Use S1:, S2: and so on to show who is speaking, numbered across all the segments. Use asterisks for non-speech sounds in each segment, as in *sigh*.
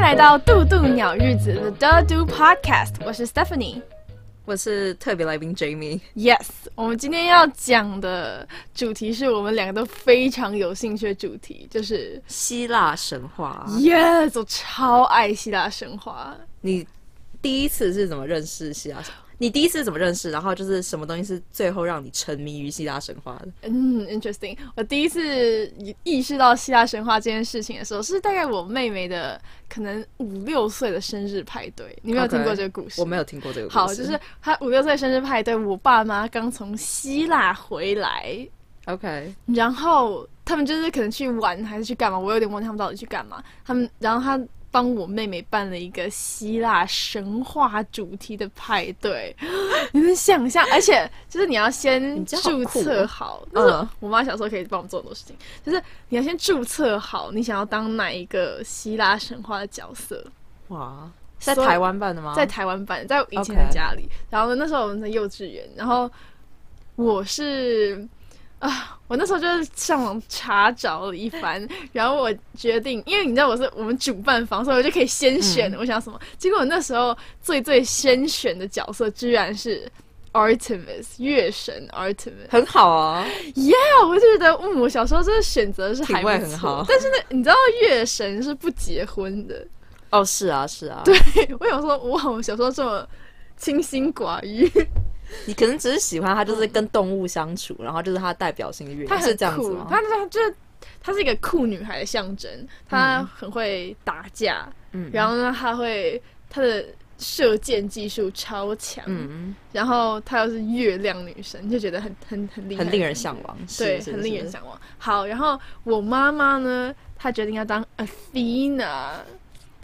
S1: 来到渡渡鸟日子的 The Do Podcast，我是 Stephanie。
S2: 我是特别来宾 Jamie。
S1: Yes，我们今天要讲的主题是我们两个都非常有兴趣的主题，就是
S2: 希腊神话，
S1: Yes，我超爱希腊神话。
S2: 你第一次是怎么认识希腊神话？你第一次怎么认识？然后就是什么东西是最后让你沉迷于希腊神话的？
S1: 嗯，interesting。我第一次意识到希腊神话这件事情的时候，是大概我妹妹的可能五六岁的生日派对。你没有听过
S2: OK，
S1: 这个故事
S2: 我没有听过这个故事。
S1: 好，就是她五六岁生日派对，我爸妈刚从希腊回来，
S2: OK，
S1: 然后他们就是可能去玩还是去干嘛，我有点忘记他们到底去干嘛。他们然后他帮我妹妹办了一个希腊神话主题的派对， *laughs* 你能想象？而且就是你要先
S2: 你家好
S1: 注
S2: 酷哦
S1: 册好，
S2: 嗯
S1: 就是我妈小时候可以帮我们做很多事情，就是你要先注册好你想要当哪一个希腊神话的角色。
S2: 哇，在
S1: 所以
S2: 台湾办的吗？
S1: 在台湾办，在以前的
S2: 啊 OK
S1: 家里。然后呢，那时候我们在幼稚园，然后我是啊，我那时候就是上网查找了一番， *laughs* 然后我决定，因为你知道我是我们主办方，所以我就可以先选
S2: 嗯
S1: 我想要什么。结果那时候最最先选的角色居然是。Artemis 月神
S2: *laughs*
S1: Artemis，
S2: 很好
S1: *laughs*
S2: 啊，
S1: 哎呀，我就觉得，嗯，我小时候这个选择是还
S2: 品味
S1: 不
S2: 很
S1: 错
S2: 好
S1: 但是呢，你知道月神是不结婚的， *laughs*
S2: 哦，是啊，是啊，
S1: 对，我想说，哇，我小时候这么清心寡欲，
S2: 你可能只是喜欢它，就是跟动物相处，然后就是它的代表性乐，
S1: 她
S2: 是
S1: 很
S2: 这样子
S1: 酷，
S2: 吗？
S1: 她她就是她是一个酷女孩的象征，她很会打架，
S2: 嗯
S1: 然后呢，她会她的射箭技术超强，
S2: 嗯，
S1: 然后她又是月亮女神，就觉得很很很厉害，
S2: 很令人向往，是
S1: 对，
S2: 是
S1: 很令人
S2: 是
S1: 向往。好，然后我妈妈呢，她决定要当 Athena，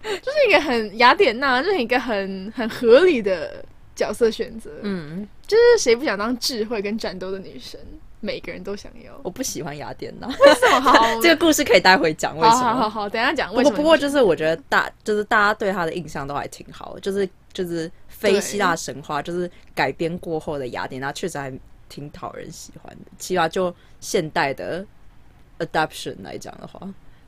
S1: 就是一个很雅典娜，就是一个很很合理的角色选择，
S2: 嗯，
S1: 就是谁不想当智慧跟战斗的女神？每个人都想要。
S2: 我不喜欢雅典娜。
S1: 为什么？ *laughs* 好，
S2: *laughs* 这个故事可以待会讲，为
S1: 好
S2: 什
S1: 好好
S2: 么？
S1: 好，等一下讲
S2: 不
S1: 为
S2: 过
S1: 什么。
S2: 不过就是我觉得大就是大家对他的印象都还挺好的，就是就是非
S1: 对
S2: 希腊神话就是改编过后的雅典娜确实还挺讨人喜欢的。希腊就现代的 adaption 来讲的话，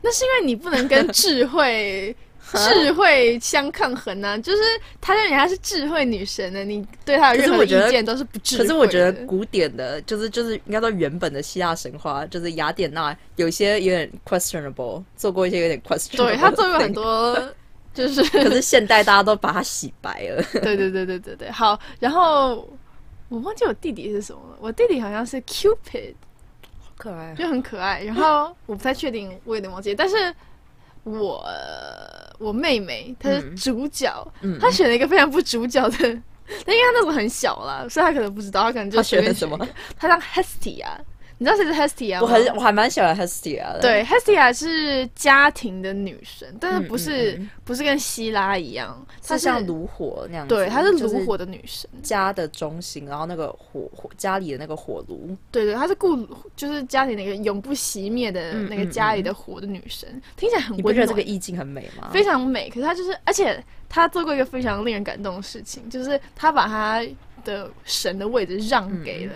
S1: 那是因为你不能跟智 *laughs* 慧智慧相抗衡啊，就是她认为她是智慧女神的，你对她的
S2: 可是
S1: 任何
S2: 我觉得
S1: 意见都是不智慧
S2: 可
S1: 的。
S2: 是我觉得古典的，就是就是应该说原本的希腊神话，就是雅典娜有一些有点 questionable，做过一些有点 questionable，
S1: 对她做过
S2: thing
S1: 很。多， *laughs* 就是
S2: 可是现代大家都把它洗白了，
S1: 对对对对对对，好，然后。我忘记我弟弟是什么了，我弟弟好像是 Cupid，
S2: 可 *laughs* 爱。
S1: 就很可爱。然后我不太确定，我有点忘记。但是我我妹妹她是
S2: 嗯
S1: 主角，
S2: 嗯
S1: 她选了一个非常不主角的，但 *laughs* 因为她那时候很小啦，所以她可能不知道，她可能就
S2: 他
S1: 随
S2: 选
S1: 便
S2: 了什么 *laughs*
S1: 选一？个？她当 Hestia，你知道谁是 Hestia 吗？
S2: 我很我还蛮喜欢 Hestia 的。
S1: 啊对，Hestia 是家庭的女神，但是
S2: 嗯
S1: 不是、
S2: 嗯嗯
S1: 不是跟希拉一样，她
S2: 它
S1: 是
S2: 像炉火那样子，
S1: 对，她是炉火
S2: 就
S1: 的女神，
S2: 是家的中心，然后那个火火家里的那个火炉，
S1: 对对，她是故就是家庭那个永不熄灭的
S2: 嗯
S1: 那个
S2: 嗯
S1: 家里
S2: 嗯
S1: 的火的女神，听起来很
S2: 你不
S1: 温
S2: 觉得
S1: 暖。
S2: 这个意境很美吗？
S1: 非常美。可是她就是，而且她做过一个非常令人感动的事情，就是她把她的神的位置让给了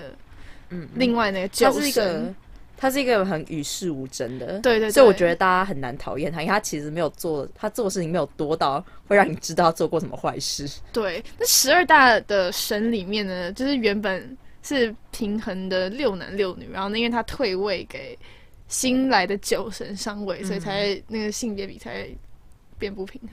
S2: 嗯，嗯
S1: 另外那个
S2: 它
S1: 酒
S2: 是一
S1: 神
S2: 个。，它是一个很与世无争的，
S1: 对对
S2: 所以我
S1: 对
S2: 觉得大家很难讨厌他，因为他其实没有做，他做的事情没有多到会让你知道他做过什么坏事。
S1: 对，那十二大的神里面呢，就是原本是平衡的六男六女，然后呢，因为她退位给新来的酒神上位，
S2: 嗯
S1: 所以才那个性别比才变不平衡。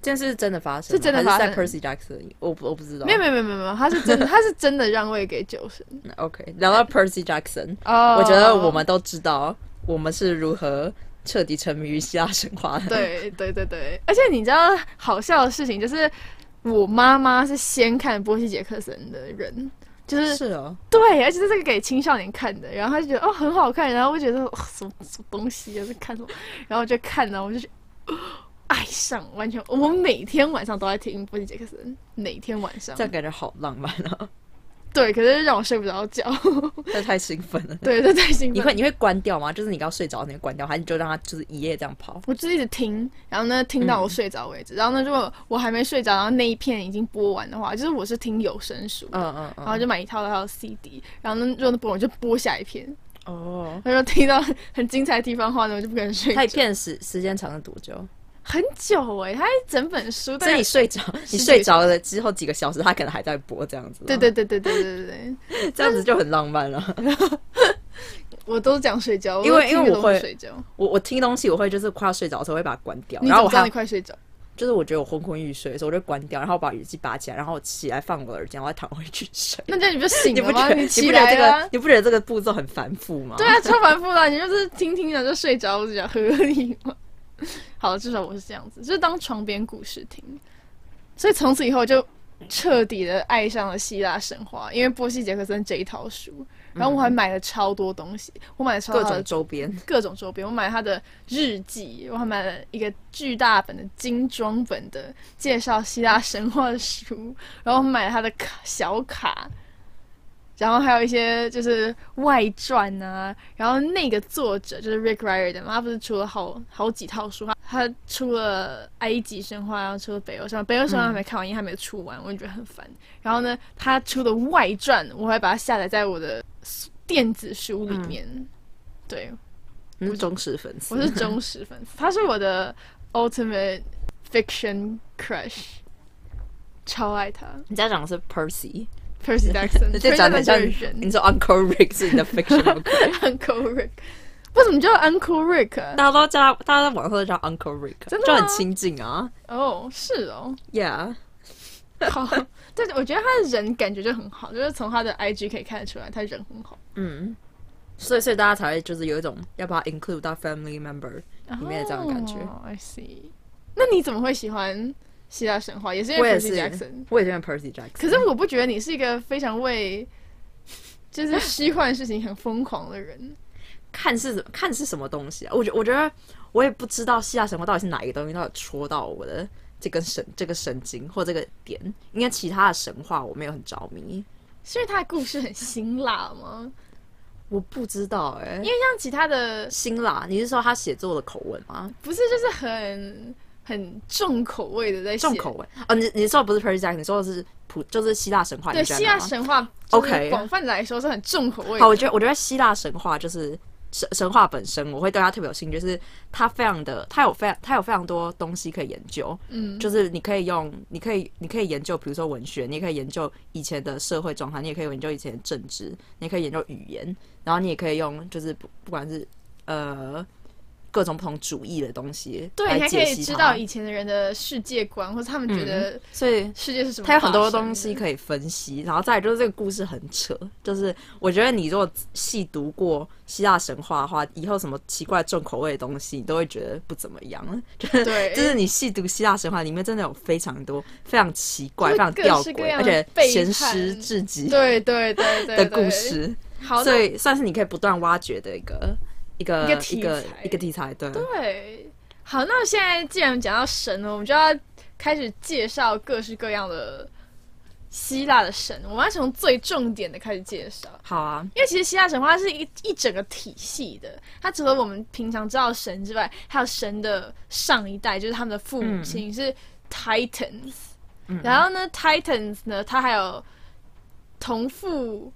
S2: 这件事是真的发生吗，
S1: 是真的发生
S2: 还是在 Percy Jackson，我不我不知道。
S1: 没有没有没有没有没有，她是真的，她是真的让位给酒神。
S2: 有，OK，聊嗯到 Percy Jackson，、
S1: 哦
S2: 我觉得我们都知道我们是如何彻底沉迷于希腊神话
S1: *laughs*
S2: 的。
S1: 对对对对，而且你知道好笑的事情就是，我妈妈是先看波西杰克森的人，就是
S2: 是哦，
S1: 对，而且这是给青少年看的，然后她就觉得哦很好看，然后我觉得、哦、什么什么东西啊，在看什么，然后就看了，我就觉得爱上，完全我每天晚上都在听波西杰克森，每天晚上
S2: 这，样感觉好浪漫啊、
S1: 对，可是让我睡不着觉， *laughs*
S2: 这太兴奋了。
S1: 对，这太兴奋了。
S2: *laughs* 你会你会关掉吗？就是你刚睡着那个关掉，还是你就让它就是一夜这样跑？
S1: 我就一直听，然后呢，听到我睡着为止。然后呢，如果我还没睡着，然后那一片已经播完的话，就是我是听有声书，
S2: 嗯嗯
S1: 然后就买一套套 CD，然后呢，如果播我就播下一片。
S2: 哦，
S1: 他说听到很精彩的地方的话呢，我就不敢睡
S2: 它一
S1: 着。
S2: 片时时间长了多久？
S1: 很久哎、欸，它整本书大
S2: 所以
S1: 概
S2: 你睡着，
S1: 十
S2: 你
S1: 几
S2: 睡着了之后几个小时，他可能还在播这样子。
S1: 对对，对对对对对
S2: 对，这样子就很浪漫了。
S1: 对，我都讲睡觉，
S2: 因为
S1: 都听
S2: 因为
S1: 着
S2: 我
S1: 都会
S2: 会
S1: 睡觉。
S2: 我我听东西我会就是快要睡着的时候会把它关掉，
S1: 你
S2: 然
S1: 怎
S2: 后
S1: 么
S2: 我
S1: 知道
S2: 还
S1: 你快睡着？
S2: 就是我觉得我昏昏欲睡的时候，我就关掉，然后把耳机拔起来，然后我起来放我的耳机，然后再躺回去睡。
S1: 那这样你不就醒
S2: 你
S1: 了
S2: 不
S1: 吗？
S2: 觉得你
S1: 起
S2: 不觉得
S1: 来
S2: 这
S1: 了啊、
S2: 个你不觉得这个步骤很繁复吗？
S1: 对啊，超反复的，你就是听听着就睡着，我就讲合理吗？ *laughs* 好，至少我是这样子，就是当床边故事听。所以从此以后就彻底的爱上了希腊神话，因为波西·杰克森这一套书，然后我还买了超多东西，我买了超
S2: 嗯各
S1: 多他的
S2: 种周边，
S1: 各种周边，我买了他的日记，我还买了一个巨大本的精装本的介绍希腊神话的书，然后买了他的卡小卡，然后还有一些就是外传啊，然后那个作者就是 Rick Riordan，嘛他不是出了好好几套书，他他出了埃及神话，然后出了北欧神话，北欧神话还没看完，因为还没出完，我就觉得很烦。然后呢，他出的外传，我还把它下载在我的电子书里面。对，
S2: 嗯，忠实粉丝。
S1: 我是忠实粉丝， *laughs* 他是我的 ultimate fiction crush，超爱他
S2: 你在讲的是 Percy，
S1: ，Percy Jackson，
S2: *laughs* 这长得
S1: Percy
S2: 像
S1: Jackson 就是人
S2: 你说 Uncle Rick 是你的 fictional，character
S1: *laughs* ，Uncle Rick，为什么叫 Uncle Rick？啊
S2: *laughs* 大家都叫他，大家在网上都叫 Uncle Rick，
S1: 真的
S2: 就
S1: 吗
S2: 很亲近啊。
S1: 哦、是哦， *laughs*
S2: Yeah，
S1: 好，对，我觉得他的人感觉就很好，就是从他的 IG 可以看得出来，他人很好。
S2: 嗯，所以所以大家才会就是有一种要把它 include 到 family member 里面的这样的感觉。
S1: 哦 I see。那你怎么会喜欢希腊神话？也是因
S2: 我
S1: 为
S2: 也
S1: Percy
S2: 是
S1: Jackson。
S2: 我也喜欢 Percy Jackson，
S1: 可是我不觉得你是一个非常为就是虚幻的事情很疯狂的人。
S2: 看是什看是什么东西啊？我觉我觉得我也不知道希腊神话到底是哪一个东西，到底戳到我的这根神这个神经或这个点。应该其他的神话我没有很着迷，
S1: 是因为他的故事很辛辣吗？
S2: 我不知道哎、
S1: 因为像其他的，
S2: 辛辣，你是说他写作的口吻吗？
S1: 不是就是很很重口味的在写
S2: 重口味哦，你你说的不是 Percy Jackson，你说的是普就是希腊神话
S1: 对
S2: in general 吗。
S1: 希腊神话
S2: OK
S1: 就是广泛来说是很重口味的。
S2: 好，我觉得我觉得希腊神话就是神神话本身，我会对它特别有兴趣，就是它非常的，它有非常它有非常多东西可以研究，
S1: 嗯，
S2: 就是你可以用，你可以你可以研究，比如说文学，你也可以研究以前的社会状态，你也可以研究以前的政治，你也可以研究语言，然后你也可以用，就是不不管是呃。各种不同主义的东西，
S1: 对，你还可
S2: 解
S1: 以
S2: 析
S1: 知
S2: 它
S1: 道以前的人的世界观，或者他们觉得
S2: 所以
S1: 世界是什么
S2: 它嗯有
S1: 发生
S2: 很
S1: 的。
S2: 多东西可以分析，然后再来就是这个故事很扯，就是我觉得你如果细读过希腊神话的话，以后什么奇怪重口味的东西，你都会觉得不怎么样。
S1: 对，
S2: 就是你细读希腊神话里面，真的有非常多非常奇怪、
S1: 就
S2: 非
S1: 是
S2: 常吊
S1: 各式各
S2: 诡，
S1: 样
S2: 而
S1: 的
S2: 且
S1: 背
S2: 咸
S1: 叛
S2: 湿至极
S1: 对对对对
S2: 的
S1: 对
S2: 故。
S1: *laughs*
S2: 事，
S1: 好
S2: 所
S1: 的，
S2: 以算是你可以不断挖掘的一个一个
S1: 一个题
S2: 一个
S1: 材
S2: 一个题材。对，
S1: 对，好，那现在既然讲到神了，我们就要开始介绍各式各样的希腊的神。我们要从最重点的开始介绍。
S2: 好啊，
S1: 因为其实希腊神话是一一整个体系的，它除了我们平常知道的神之外，还有神的上一代，就是他们的父母亲、是 Titans，、然后呢，Titans 呢，它还有同父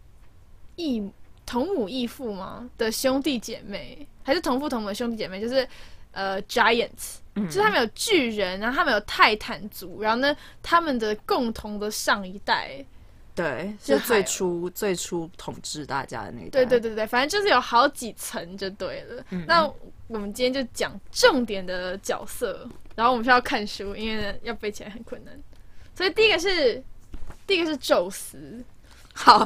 S1: 异母同母异父吗的兄弟姐妹，还是同父同母的兄弟姐妹，就是呃 Giants。就是他们有巨人，然后他们有泰坦族，然后呢，他们的共同的上一代
S2: 对，
S1: 就是还
S2: 最
S1: 有
S2: 初最初统治大家的那一
S1: 对
S2: 代
S1: 对对对，反正就是有好几层就对了。
S2: 嗯
S1: 那我们今天就讲重点的角色，然后我们需要看书，因为呢要背起来很困难。所以第一个是第一个是宙斯，
S2: 好，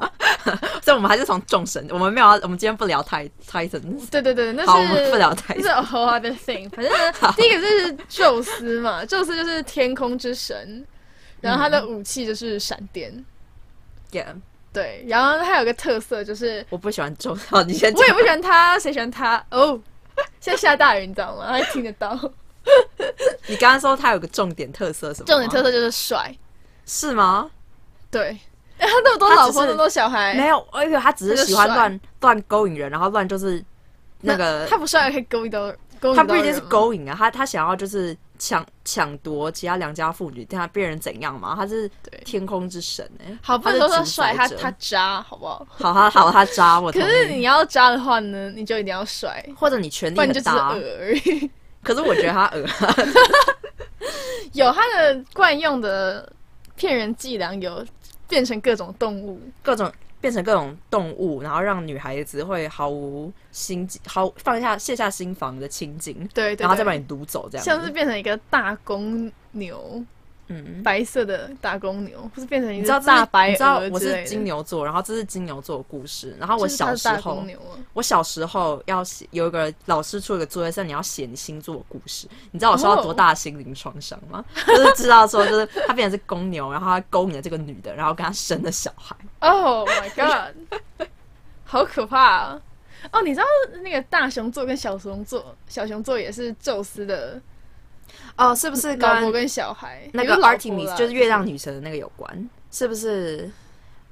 S2: *laughs* 所以我们还是从众神，我们没有要，我们今天不聊 Ti- Titans，
S1: 对对对，那
S2: 好，我们不
S1: 是
S2: 聊
S1: 那
S2: Titans，
S1: 是 a whole other thing。反正
S2: *laughs*
S1: 呢，第一个就是宙斯嘛，宙斯就是天空之神，然后他的武器就是闪电。
S2: Yeah，
S1: 对，然后他有个特色就是
S2: 我不喜欢众，好，你先讲
S1: 我也不喜欢他，谁喜欢他？哦，现在下大雨，你知道吗？还听得
S2: *laughs*
S1: 到。
S2: 啊你刚刚说他有个重点特色是什么？
S1: 重点特色就是帅，
S2: 是吗？
S1: 对，哎、他那么多老婆，
S2: 他只是
S1: 那么多小孩，
S2: 没有，而且他只
S1: 他
S2: 是
S1: 就
S2: 喜欢
S1: 帅
S2: 乱乱勾引人，然后乱就是那个
S1: 他不帅也可以勾引到勾引
S2: 他
S1: 到
S2: 不一定是
S1: 人吗，
S2: 勾引啊，他他想要就是抢抢夺其他良家妇女，但他别人怎样嘛？他是
S1: 对
S2: 天空之神哎、
S1: 好不
S2: 他
S1: 能说
S2: 是
S1: 他
S2: 主
S1: 帅，
S2: 宰
S1: 他
S2: 者
S1: 他渣，好不好？
S2: 好他好他渣我
S1: 可
S2: 同意，
S1: 是你要渣的话呢，你就一定要帅，
S2: 或者你权力
S1: 不然
S2: 很
S1: 你就只是
S2: 大，啊
S1: 恶而已。
S2: 可是我觉得他恶
S1: 有他的惯用的骗人伎俩，有变成各种动物，
S2: 各种变成各种动物，然后让女孩子会毫无心机，毫放下卸下心防的亲近，
S1: 对对
S2: 然后再
S1: 对
S2: 把你掳走，这样子
S1: 像是变成一个大公牛，
S2: 嗯。
S1: 白色的大公牛，或是变成一
S2: 你
S1: 只
S2: 知道这是
S1: 大白
S2: 你知道
S1: 鹅
S2: 我
S1: 之类
S2: 是
S1: 的
S2: 金，牛座，然后这是金牛座的故事。然后我
S1: 就是它
S2: 小
S1: 是
S2: 时
S1: 大
S2: 候
S1: 公，牛啊，
S2: 我小时候要写有一个老师出了个作业是你要写你星座的故事。你知道我
S1: 哦
S2: 受到多大的心灵创伤吗？ *laughs* 就是知道说，就是他变成是公牛，然后他勾引了这个女的，然后跟他生了小孩。
S1: Oh my god，好 *laughs* 可怕啊！哦，你知道那个大熊座跟小熊座，小熊座也是宙斯的
S2: 哦，是不是
S1: 老婆跟小孩，
S2: 那
S1: 也
S2: 个
S1: 是老婆啦
S2: Artemis 就是月亮女神的那个有关，是不是？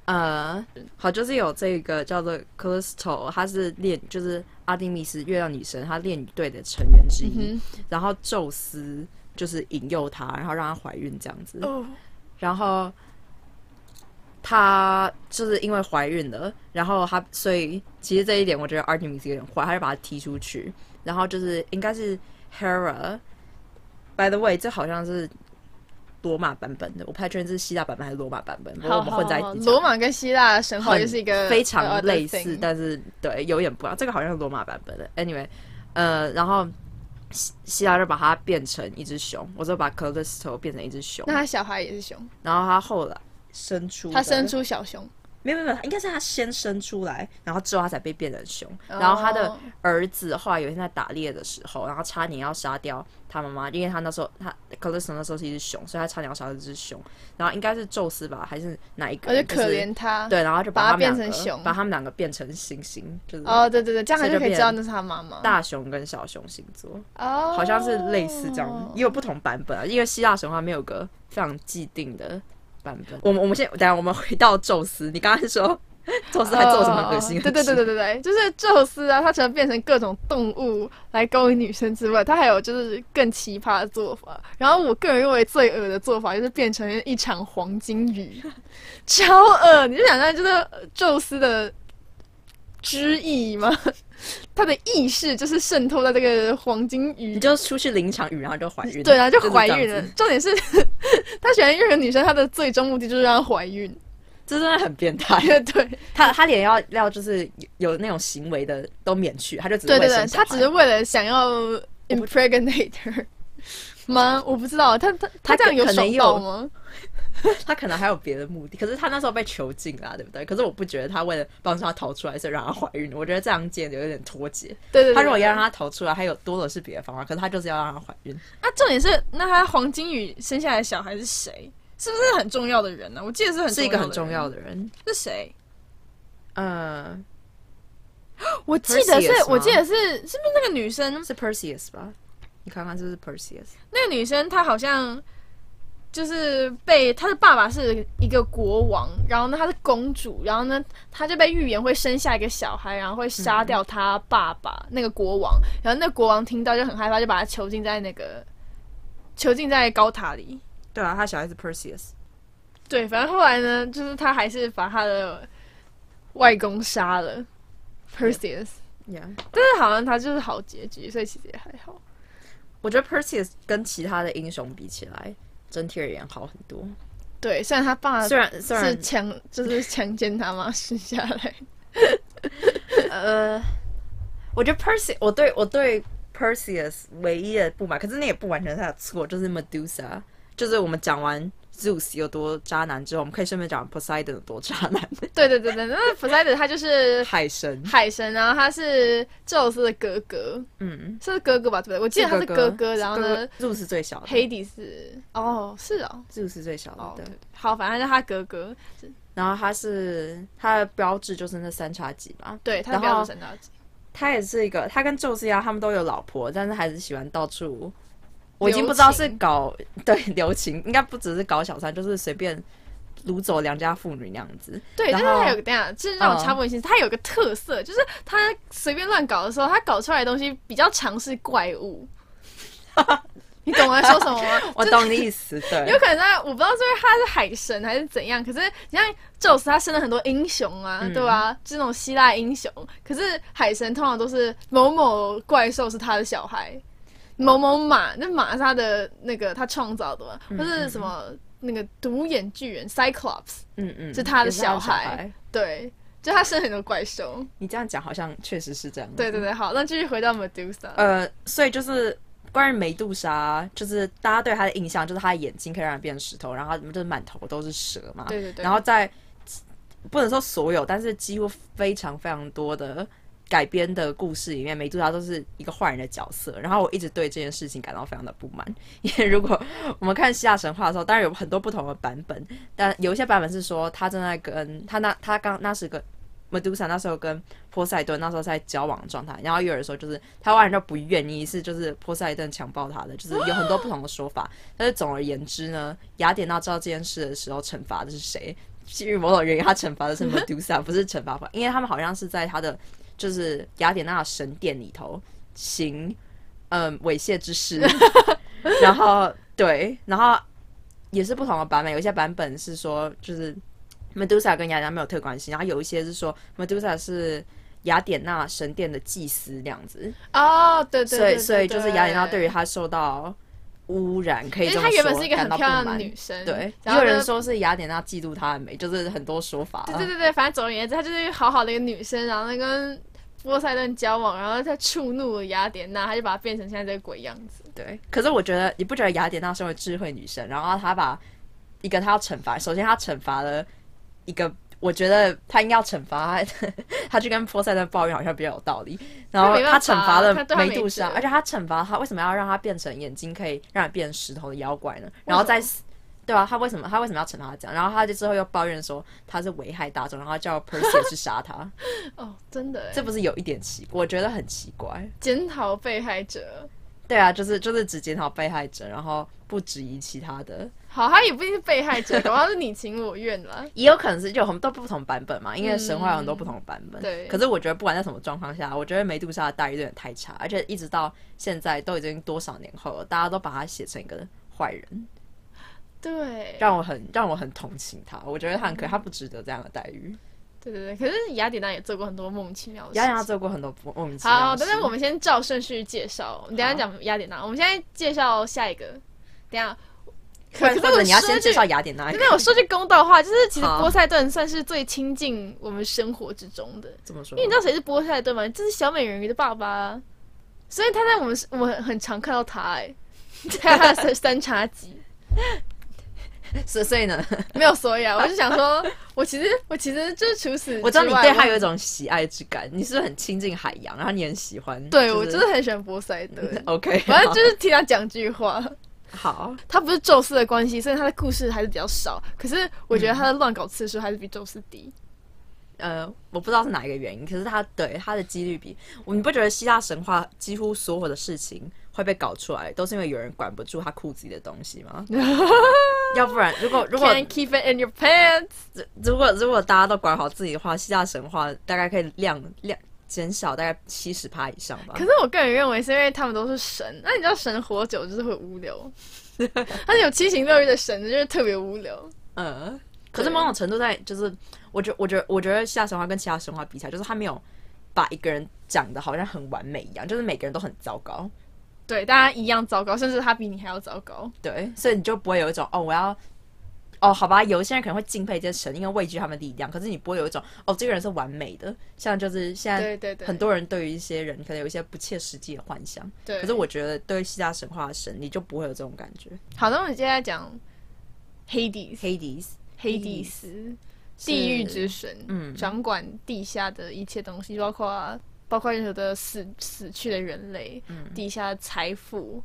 S2: 呃，好，就是有这个叫做 Callisto，她是恋，就是阿蒂密斯月亮女神，她恋女队的成员之一。
S1: 嗯
S2: 然后宙斯就是引诱她，然后让她怀孕这样子
S1: 哼。哦，
S2: 然后她就是因为怀孕了，然后她所以其实这一点我觉得 Artemis 有点坏，她就把她踢出去。然后就是应该是 Hera。By the way，这好像是罗马版本的，我不太确定这是希腊版本还是罗马版本，不过
S1: 好
S2: 我们混在一
S1: 好好
S2: 起讲。
S1: 罗马跟希腊神话
S2: 很
S1: 就是一个呃
S2: 非常类
S1: other
S2: 似，
S1: thing
S2: 但是对有点不一样。这个好像是罗马版本的。Anyway，呃，然后希希腊就把它变成一只熊，我就把 Callisto 变成一只熊
S1: 那，他小孩也是熊，
S2: 然后它后来生出
S1: 他生
S2: 出
S1: 出小熊，
S2: 没有没有，没有应该是它先生出来，然后之后它才被变成熊。然后它的
S1: 哦
S2: 儿子后来有一天在打猎的时候，然后差点要杀掉他妈妈，因为他那时候他 Callisto 那时候是一只熊，所以他差点要杀这只熊。然后应该是宙斯吧，还是哪一个
S1: 而且
S2: 人？就
S1: 可
S2: 是
S1: 怜他，
S2: 对，然后就把
S1: 把它
S2: 他们两
S1: 变成
S2: 个
S1: 熊
S2: 把他们两个变成星星，就是
S1: 哦，对对对，这样他
S2: 所
S1: 就
S2: 以就
S1: 可以知
S2: 变
S1: 道那是他妈妈。
S2: 大熊跟小熊星座，
S1: 哦，
S2: 好像是类似这样，也有不同版本啊，因为希腊神话没有个非常既定的版本。我们我们先等一下，我们回到宙斯，你刚才说 *laughs* 宙斯还做了什么很恶心
S1: 哦
S2: 的
S1: 对对对
S2: 事，
S1: 对对对，就是宙斯啊，他除了变成各种动物来勾引女生之外，他还有就是更奇葩的做法。然后我个人认为最恶的做法就是变成一场黄金
S2: *laughs*
S1: 雨，超恶！你就想象就是宙斯的之意吗？ *laughs* 他的意识就是渗透在这个黄金雨
S2: *laughs* 你就出去淋一场雨，然后就怀孕，
S1: 对啊，就怀
S2: 是
S1: 孕了
S2: 这样子，。
S1: 重点是， *laughs* 他喜欢任何女生，他的最终目的就是让她怀孕。
S2: 这真的很变态。
S1: 对 *laughs* 对
S2: 他他连要要就是有有那种行为的都免去，他就只是
S1: 对
S2: 为
S1: 对
S2: 生
S1: 对，
S2: 小
S1: 他
S2: 孩
S1: 只是为了想要 impregnate her
S2: *laughs*
S1: 吗？我不知道，他他他
S2: 他
S1: 这样有
S2: 可能
S1: 爽
S2: 也
S1: 到
S2: 有
S1: 吗？
S2: *laughs* 他可能还有别的目的，可是他那时候被囚禁啊啦，对不对？可是我不觉得他为了帮助他逃出来，所以让他怀孕。我觉得这样简直有点脱节。
S1: 对对对，
S2: 他如果
S1: 对
S2: 要让他逃出来，还有多的是别的方法，可是他就是要让他怀孕。
S1: 那啊重点是，那他黄金宇生下来的小孩是谁？是不是很重要的人呢？我记得是很
S2: 是一个很重
S1: 重要的
S2: 要的人，
S1: 人，是谁？
S2: 呃，
S1: 我记得是
S2: Perseus 吗，
S1: 我记得是，是不是那个女生？
S2: 是 Perseus 吧？你看看是不是 Perseus？
S1: 那个女生她好像就是被她的爸爸是一个国王，然后呢她是公主，然后呢她就被预言会生下一个小孩，然后会杀掉她爸爸、那个国王，然后那国王听到就很害怕，就把她囚禁在那个囚禁在高塔里。
S2: 对啊，他小孩是 Perseus。
S1: 对，反正后来呢，就是她还是把她的外公杀了，Perseus，
S2: Yeah，
S1: *laughs* 但是好像她就是好结局，所以其实也还好。
S2: 我觉得 Perseus 跟其他的英雄比起来，整体而言好很多。
S1: 对，虽然她爸
S2: 虽然虽
S1: 是
S2: 然
S1: 强，就是强奸他妈生下来。
S2: 呃，我觉得 Perseus，我对我对 Perseus 唯一的不满，可是那也不完全是他的错，就是 Medusa，就是我们讲完 Zeus 有多渣男之后，我们可以顺便讲 Poseidon 有多渣男，
S1: 对对对对，那普赛德他就是
S2: 海神，
S1: 海神，然后他是宙斯的哥哥，
S2: 嗯，
S1: 是哥哥吧？对不对？我记得他是哥哥，然后呢
S2: ，Zeus 是最小的
S1: 黑迪是哦，是哦，
S2: ，Zeus 是最小
S1: 哦
S2: 的，
S1: 对，好，反正就是他哥哥，
S2: 然后他是他的标志就是那三叉戟吧，
S1: 对他
S2: 然
S1: 不要
S2: 后
S1: 神大吉，
S2: 他也是一个，他跟宙斯一样，他们都有老婆，但是还是喜欢到处。我已经不知道是搞 *laughs* 对留情，应该不只是搞小三，就是随便掳走良家妇女那样子。
S1: 对，但
S2: 然
S1: 是
S2: 后
S1: 他有个等一下，就是让我
S2: 嗯
S1: 插播一下，他有个特色，就是他随便乱搞的时候，他搞出来的东西比较常是怪 *laughs* 物。你懂我在说什么吗？
S2: *laughs* 我懂你
S1: *laughs*
S2: 的意思，对，
S1: 有可能啊他我不知道是因为他是海神还是怎样，可是你像宙斯他生了很多英雄啊，
S2: 嗯
S1: 对吧、这种希腊英雄，可是海神通常都是某某怪兽是他的小孩，某某马，那马是他的那个他创造的嘛，
S2: 嗯
S1: 或是什么那个独眼巨人 Cyclops，
S2: 嗯嗯，
S1: 是他的
S2: 也
S1: 小
S2: 小
S1: 孩
S2: 孩。
S1: 对，就他生很多怪兽。
S2: 你这样讲好像确实是这样。
S1: 对对对，好，那继续回到 Medusa。
S2: 嗯呃，所以就是关于梅杜莎，就是大家对她的印象就是她的眼睛可以让人变成石头，然后她就是满头都是蛇嘛。
S1: 对对对，
S2: 然后在不能说所有，但是几乎非常非常多的改编的故事里面，梅杜莎都是一个坏人的角色。然后我一直对这件事情感到非常的不满， *laughs* 因为如果我们看希腊神话的时候，当然有很多不同的版本，但有一些版本是说他正在跟他那他刚那时跟。梅杜莎那时候跟波塞顿那时候在交往的状态，然后又有人说就是台湾人都不愿意，是就是波塞顿强暴她的，就是有很多不同的说法。但是总而言之呢，雅典娜知道这件事的时候，惩罚的是谁？基于某种原因，他惩罚的是 Medusa，不是惩罚法，因为他们好像是在他的就是雅典娜神殿里头行嗯猥亵之事，然后对，然后也是不同的版本，有一些版本是说就是 Medusa 跟雅典娜没有特关系，然后有一些是说 Medusa 是。雅典娜神殿的祭司这样子，
S1: 哦，对对
S2: 所
S1: 对
S2: 以所以就是雅典娜对
S1: 于，
S2: 于她受到污染，可以
S1: 因
S2: 这
S1: 为她
S2: 么说，
S1: 原本是一个
S2: 感
S1: 很
S2: 到
S1: 漂
S2: 不
S1: 亮的
S2: 满
S1: 女生，
S2: 对，也
S1: 然后
S2: 有
S1: 呢
S2: 人说是雅典娜嫉妒她的美，就是很多说法。啊
S1: 对对对对，反正总而言之，她就是一个好好的一个女生，然后呢跟波塞顿交往，然后她触怒了雅典娜，她就把她变成现在这个鬼样子。
S2: 对可是我觉得，你不觉得雅典娜身为智慧女神，然后她把一个她要惩罚，首先她惩罚了一个，我觉得她应该要惩罚她，她去跟波塞顿抱怨好像比较有道理。然后
S1: 没办法
S2: 她惩罚了
S1: 她对她
S2: 梅杜莎，
S1: 没辙
S2: 而且她惩罚她为什么要让她变成眼睛可以让人变成石头的妖怪呢？然后再对啊，她为什么她为什么要惩罚她这样？然后她就之后又抱怨说她是危害大众，然后叫 Perseus 去杀她。
S1: 哦，真的耶，
S2: 这不是有一点奇，我觉得很奇怪。
S1: 检讨被害者。
S2: 对啊，就是就是只检讨被害者，然后不质疑其他的，
S1: 好，她也不一定是被害者，搞不好是你情我愿
S2: *laughs*
S1: 啦。
S2: 也有可能是就有很多不同版本嘛，因为神话有很多不同版本。
S1: 嗯对
S2: 可是我觉得不管在什么状况下，我觉得梅杜莎的待遇有点太差，而且一直到现在都已经多少年后了，大家都把她写成一个坏人，
S1: 对，嗯
S2: 让我很让我很同情她。我觉得她很可，她不值得这样的待遇。
S1: 对对对，可是雅典娜也做过很多莫名其妙的事情。
S2: 雅典娜做过很多不莫名其妙
S1: 好，
S2: 的事。
S1: 但是我们先照顺序介绍，我们等一下
S2: 好
S1: 讲雅典娜，我们现在介绍下一个。等一下，可可
S2: 或者
S1: 是
S2: 或者
S1: 我
S2: 你要
S1: 说
S2: 先
S1: 句
S2: 介绍雅典娜，
S1: 那我说句公道话，就是其实
S2: 好
S1: 波塞顿算是最亲近我们生活之中的，
S2: 怎么说
S1: 因为？你知道谁是波塞顿吗？就是小美人鱼的爸爸，所以他在我们我们很常看到他、欸， *laughs* 还有他的三三叉戟。
S2: 所以所以呢，
S1: 没有所以啊，我就想说，我其实我其实就是除此之外，
S2: 我知道你对他
S1: 我
S2: 有一种喜爱之感，你是不是很亲近海洋，然后你很喜欢。
S1: 对
S2: 就
S1: 我就是很喜欢波塞顿，
S2: *laughs* OK，
S1: 反正就是听他讲句话。
S2: 好。
S1: 他不是宙斯的关系，所以他的故事还是比较少。可是我觉得他的乱搞次数还是比宙斯低。
S2: 呃，我不知道是哪一个原因，可是他对他的几率比，我你不觉得希腊神话几乎所有的事情会被搞出来，都是因为有人管不住他裤子里的东西 *laughs* 吗？要不然，如果如果
S1: Can keep it in your pants。
S2: 如果如果大家都管好自己的话，希腊神话大概可以量量减少大概七十趴以上吧
S1: 可。是我个人认为是因为他们都是神，那你知道神活久就是会无聊， *laughs* 他是有七情六欲的神就是特别无聊。
S2: 嗯，可是某种程度在就是，我觉我觉我觉得希腊神话跟其他神话比起来，就是他没有把一个人讲的好像很完美一样，就是每个人都很糟糕，
S1: 对，大家一样糟糕，甚至他比你还要糟糕。
S2: 对，所以你就不会有一种哦，我要。哦，好吧，有一些人可能会敬佩这些神，因为畏惧他们的力量。可是你不会有一种哦，这个人是完美的，像就是现在
S1: 对对对，
S2: 呃很多人对于一些人可能有一些不切实际的幻想。
S1: 对。
S2: 可是我觉得对于希腊神话的神，你就不会有这种感觉。
S1: 好，那我们接下来讲黑迪斯，
S2: Hades，
S1: 黑迪斯，地狱之神，
S2: 嗯
S1: 掌管地下的一切东西，包括包括任何的死死去的人类，
S2: 嗯
S1: 地下财富。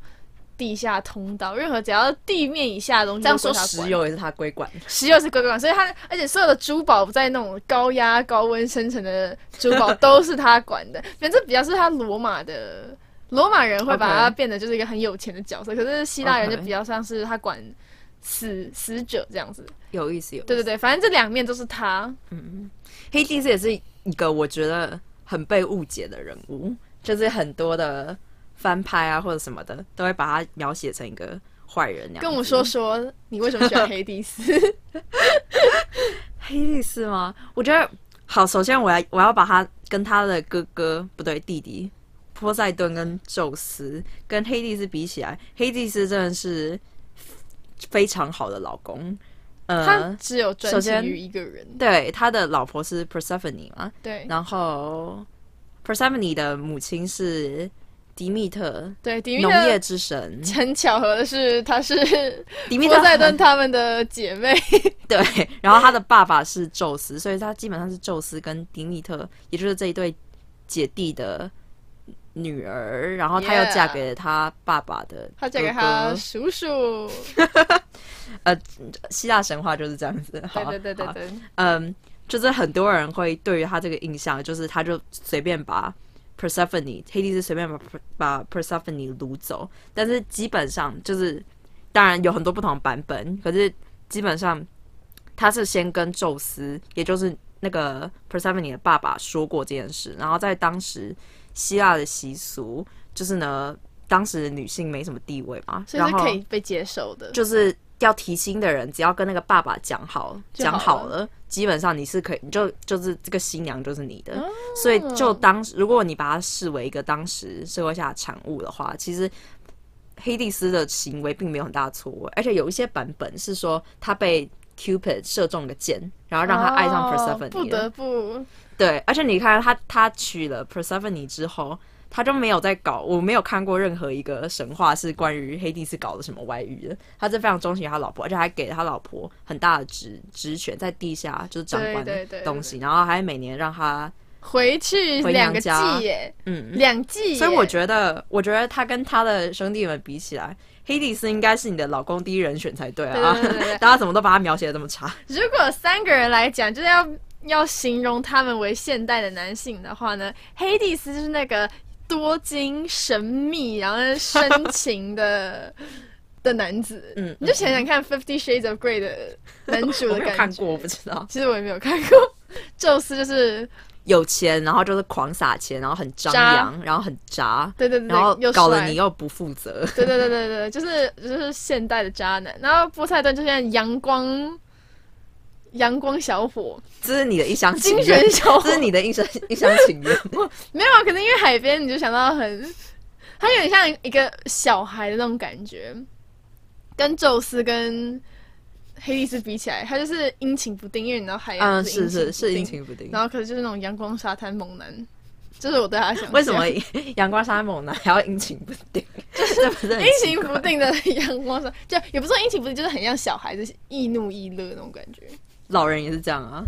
S1: 地下通道，任何只要地面以下的东西，
S2: 这样说
S1: 石
S2: 石
S1: 油，
S2: 油也是他归管。
S1: 石油是归管，所以它而且所有的珠宝在那种高压高温生成的珠宝都是他管的，反正比较是他罗马的罗马人会把
S2: OK
S1: 它变得就是一个很有钱的角色，可是希腊人就
S2: OK
S1: 比较像是他管死死者这样子，
S2: 有意思，有意思
S1: 对对对，反正这两面都是他，
S2: 黑帝斯也是一个我觉得很被误解的人物，就是很多的翻拍啊或者什么的，都会把他描写成一个坏人那样子。
S1: 跟我们说说你为什么喜欢黑迪 *laughs* 斯？
S2: 黑帝斯吗？我觉得好，首先我要我要把他跟他的哥哥不对弟弟。波塞顿跟宙斯跟黑帝斯比起来，黑帝斯真的是非常好的老公。
S1: 他
S2: 呃，
S1: 只有专
S2: 首
S1: 情
S2: 先
S1: 于一个人，
S2: 对，他的老婆是 Persephone 嘛，
S1: 对
S2: 然后 Persephone 的母亲是迪密特，
S1: 对，迪米
S2: 农业
S1: 特。*laughs*
S2: 之神。
S1: 很巧合的是，她是
S2: 迪密
S1: 波
S2: 特
S1: 塞
S2: 很
S1: 顿他们的姐妹，
S2: 对，然后他的爸爸是宙斯，所以他基本上是宙斯跟迪密特，也就是这一对姐弟的女儿。然后她又
S1: Yeah
S2: 嫁给了他爸爸的
S1: 她嫁给
S2: 哥哥
S1: 他叔叔。
S2: 希腊神话就是这样子。好
S1: 对对对对
S2: 好
S1: 对，
S2: 嗯，就是很多人会对于他这个印象，就是他就随便把 Persephone 黑帝斯随便把把 Persephone 掳走，但是基本上就是，当然有很多不同版本，可是基本上他是先跟宙斯，也就是那个 Persephone 的爸爸说过这件事，然后在当时希腊的习俗就是呢，当时女性没什么地位嘛，
S1: 所以
S2: 然
S1: 是
S2: 后
S1: 可以被接受的。
S2: 就是要提亲的人，只要跟那个爸爸讲好，
S1: 就好
S2: 讲
S1: 了
S2: 好了，基本上你是可以，你就就是这个新娘就是你
S1: 啊
S2: 的。所以就当如果你把它视为一个当时社会下的产物的话，其实黑蒂斯的行为并没有很大的错误，而且有一些版本是说他被 Cupid 射中了箭，然后让他爱上
S1: 哦
S2: Persephone，、
S1: 不得不
S2: 对，而且你看他他娶了 Persephone 之后，他就没有再搞，我没有看过任何一个神话是关于黑帝斯搞了什么外遇的。他是非常忠心于他老婆，而且还给了他老婆很大的职职权，在地下就是掌
S1: 对
S2: 管
S1: 对对
S2: 东西，然后还每年让他
S1: 回去
S2: 回
S1: 两个
S2: 娘
S1: 季
S2: 家
S1: 耶，
S2: 嗯。
S1: 两季耶。
S2: 所以我觉得，我觉得他跟他的兄弟们比起来，黑帝斯应该是你的老公第一人选才对啊！
S1: 对对对对对
S2: *laughs* 大家怎么都把他描写的这么差？
S1: 如果三个人来讲，就是要要形容他们为现代的男性的话呢，黑蒂斯就是那个多金、神秘，然后深情
S2: *laughs*
S1: 的的男子。
S2: 嗯
S1: 你就想想看《Fifty Shades of Grey》的男主
S2: *laughs* 我
S1: 的
S2: 没
S1: 感
S2: 有
S1: 觉。
S2: 看过，我不知道。
S1: 其实我也没有看过。 *laughs* 宙斯就是
S2: 有钱，然后就是狂撒钱，然后很张
S1: 渣
S2: 扬，然后很渣，
S1: 对对对，对
S2: 然后
S1: 又
S2: 搞得
S1: 帅
S2: 你又不负责。
S1: 对对对对对，就是就是现代的渣男。然后波塞顿就像阳光阳光小伙，
S2: 这是你的一厢情
S1: 精
S2: 愿
S1: 神，小伙
S2: 这是你的一厢一厢情愿。
S1: *laughs* 没有啊，可能因为海边，你就想到很，他有点像一个小孩的那种感觉，跟宙斯跟黑帝斯比起来，他就是阴晴不定，因为你知道海洋
S2: 嗯，是是是阴
S1: 阴
S2: 晴不定
S1: 不定，。然后可是就是那种阳光沙滩猛男，这、是我对他的想象。*laughs*
S2: 为什么阳光沙猛男还要阴晴不定？这不是很
S1: 阴晴不定的 *laughs* 阳光沙，就也不是说阴晴不定，就是很像小孩子易怒易乐那种感觉。
S2: 老人也是这
S1: *laughs*
S2: 样啊，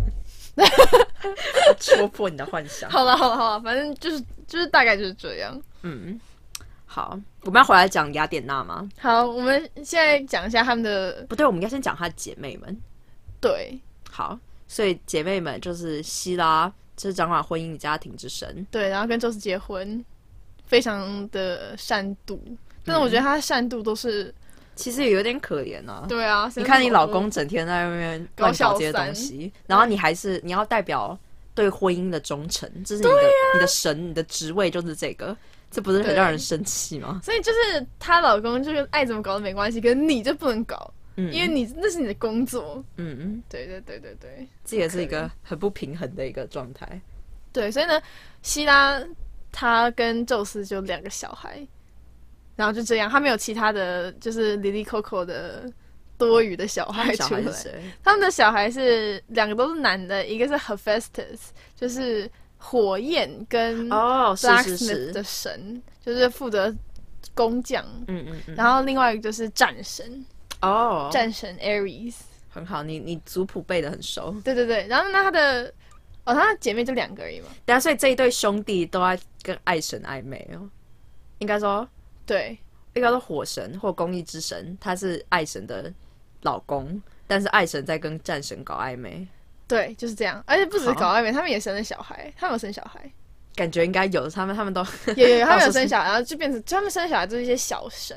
S2: 戳破你的幻 *laughs* 想。
S1: 好了好了好了，反正就是就是大概就是这样。
S2: 嗯，好，我们要回来讲雅典娜吗？
S1: 好，我们现在讲一下他们的
S2: 不对，我们应该先讲她姐妹们。
S1: 对
S2: 好，所以姐妹们就是希拉，就是掌管婚姻与家庭之神。
S1: 对，然后跟宙斯结婚，非常的善妒，但是我觉得他的善妒都是、
S2: 其实也有点可怜啊。
S1: 对啊。
S2: 你看你老公整天在外面
S1: 搞
S2: 乱
S1: 小
S2: 搞这些
S1: 三
S2: 东西，然后你还是你要代表对婚姻的忠诚，这是你的、你的神，你的职位就是这个，这不是很
S1: 对
S2: 让人生气吗？
S1: 所以就是她老公就是爱怎么搞都没关系，可是你就不能搞，
S2: 嗯，
S1: 因为你那是你的工作。
S2: 嗯嗯，
S1: 对对对对对
S2: 这也是一个很不平衡的一个状态。
S1: 对，所以呢，希拉她跟宙斯就两个小孩，然后就这样，她没有其他的就是里里扣扣的多余的小孩
S2: 小
S1: 出
S2: 孩是
S1: 来。
S2: 谁？
S1: 他们的小孩是两个都是男的，一个是 Hephaestus，就是火焰跟
S2: 哦，是是
S1: blacksmith 嗯的
S2: 是，
S1: 神，就是负责工匠。
S2: 嗯嗯嗯，
S1: 然后另外一个就是战神，
S2: 哦，
S1: 战神 Ares。
S2: 很好，你你族谱背的很熟。
S1: 对对对，然后那他的哦，他的姐妹就两个而已嘛。
S2: 但所以这一对兄弟都在跟爱神暧昧哦，应该说
S1: 对
S2: 一个是火神或公益之神，他是爱神的老公，但是爱神在跟战神搞暧昧，
S1: 对，就是这样。而且不止
S2: 好
S1: 搞暧昧，他们也生了小孩，他们有生小孩，
S2: 感觉应该有他们，他们都，
S1: 有
S2: *laughs*
S1: 有有，他们
S2: 到
S1: 有
S2: 处是
S1: 生小孩，然后就变成就他们生小孩就是一些小神。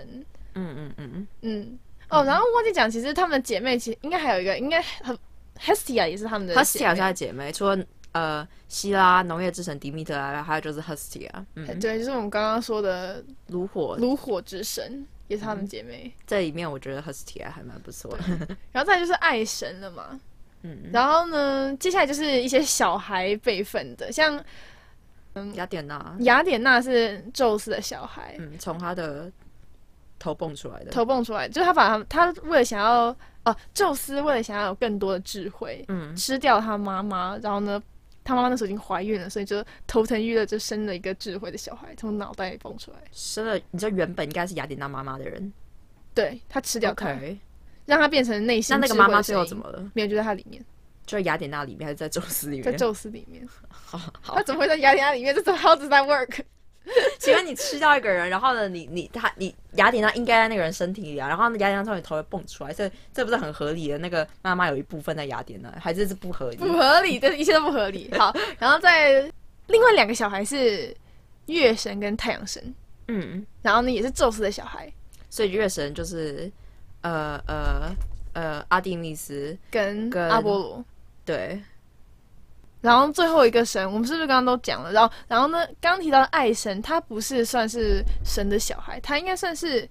S2: 嗯嗯 *laughs* 嗯，
S1: 嗯，哦，然后忘记讲，其实她们姐妹其实应该还有一个，应该很 Hestia 也是她们的姐妹，
S2: 赫斯提亚是他的姐妹，除了呃希拉农业之神迪密特以外，还有就是赫斯提亚，嗯，
S1: 对，就是我们刚刚说的
S2: 炉火
S1: 炉火之神也是她们姐妹，
S2: 这里面我觉得赫斯提亚还蛮不错的，
S1: 然后再来就是爱神了嘛，
S2: 嗯，
S1: 然后呢，接下来就是一些小孩辈分的，像
S2: 雅典娜，
S1: 雅典娜是宙斯的小孩，
S2: 嗯，从她的头蹦出来的，
S1: 头蹦出来，就是他把他他为了想要哦，宙斯为了想要有更多的智慧，
S2: 嗯，
S1: 吃掉他妈妈，然后呢，他妈妈那时候已经怀孕了，所以就头疼欲裂，就生了一个智慧的小孩，从脑袋里蹦出来。
S2: 生了，你知道原本应该是雅典娜妈妈的人
S1: 对他吃掉他
S2: ，OK，
S1: 让他变成内心
S2: 那那
S1: 智
S2: 个
S1: 慧
S2: 妈妈
S1: 的
S2: 最
S1: 声
S2: 后
S1: 音
S2: 怎？么了？
S1: 没有，就在他里面，
S2: 就在雅典娜里面还是在宙斯里
S1: 在
S2: 面？
S1: 宙斯里 *laughs* 面。
S2: 好好
S1: 他，怎么会在雅典娜里面？这怎么 *laughs* how does that work？
S2: 请问你吃到一个人，然后呢，你你他你雅典娜应该在那个人身体里啊，然后雅典娜从你头会蹦出来，这这不是很合理的？那个妈妈有一部分在雅典娜，还是是不合
S1: *laughs*
S2: 理？
S1: 不合理，这一切都不合 *laughs* 理。好，然后在另外两个小孩是月神跟太阳神，
S2: 嗯，
S1: 然后呢也是宙斯的小孩
S2: 所以月神就是呃呃呃阿蒂密斯，
S1: 跟
S2: 跟
S1: 阿波罗。
S2: 对，
S1: 然后最后一个神，我们是不是刚刚都讲了？然后，然后呢？刚刚提到的爱神，他不是算是神的小孩，他应该算是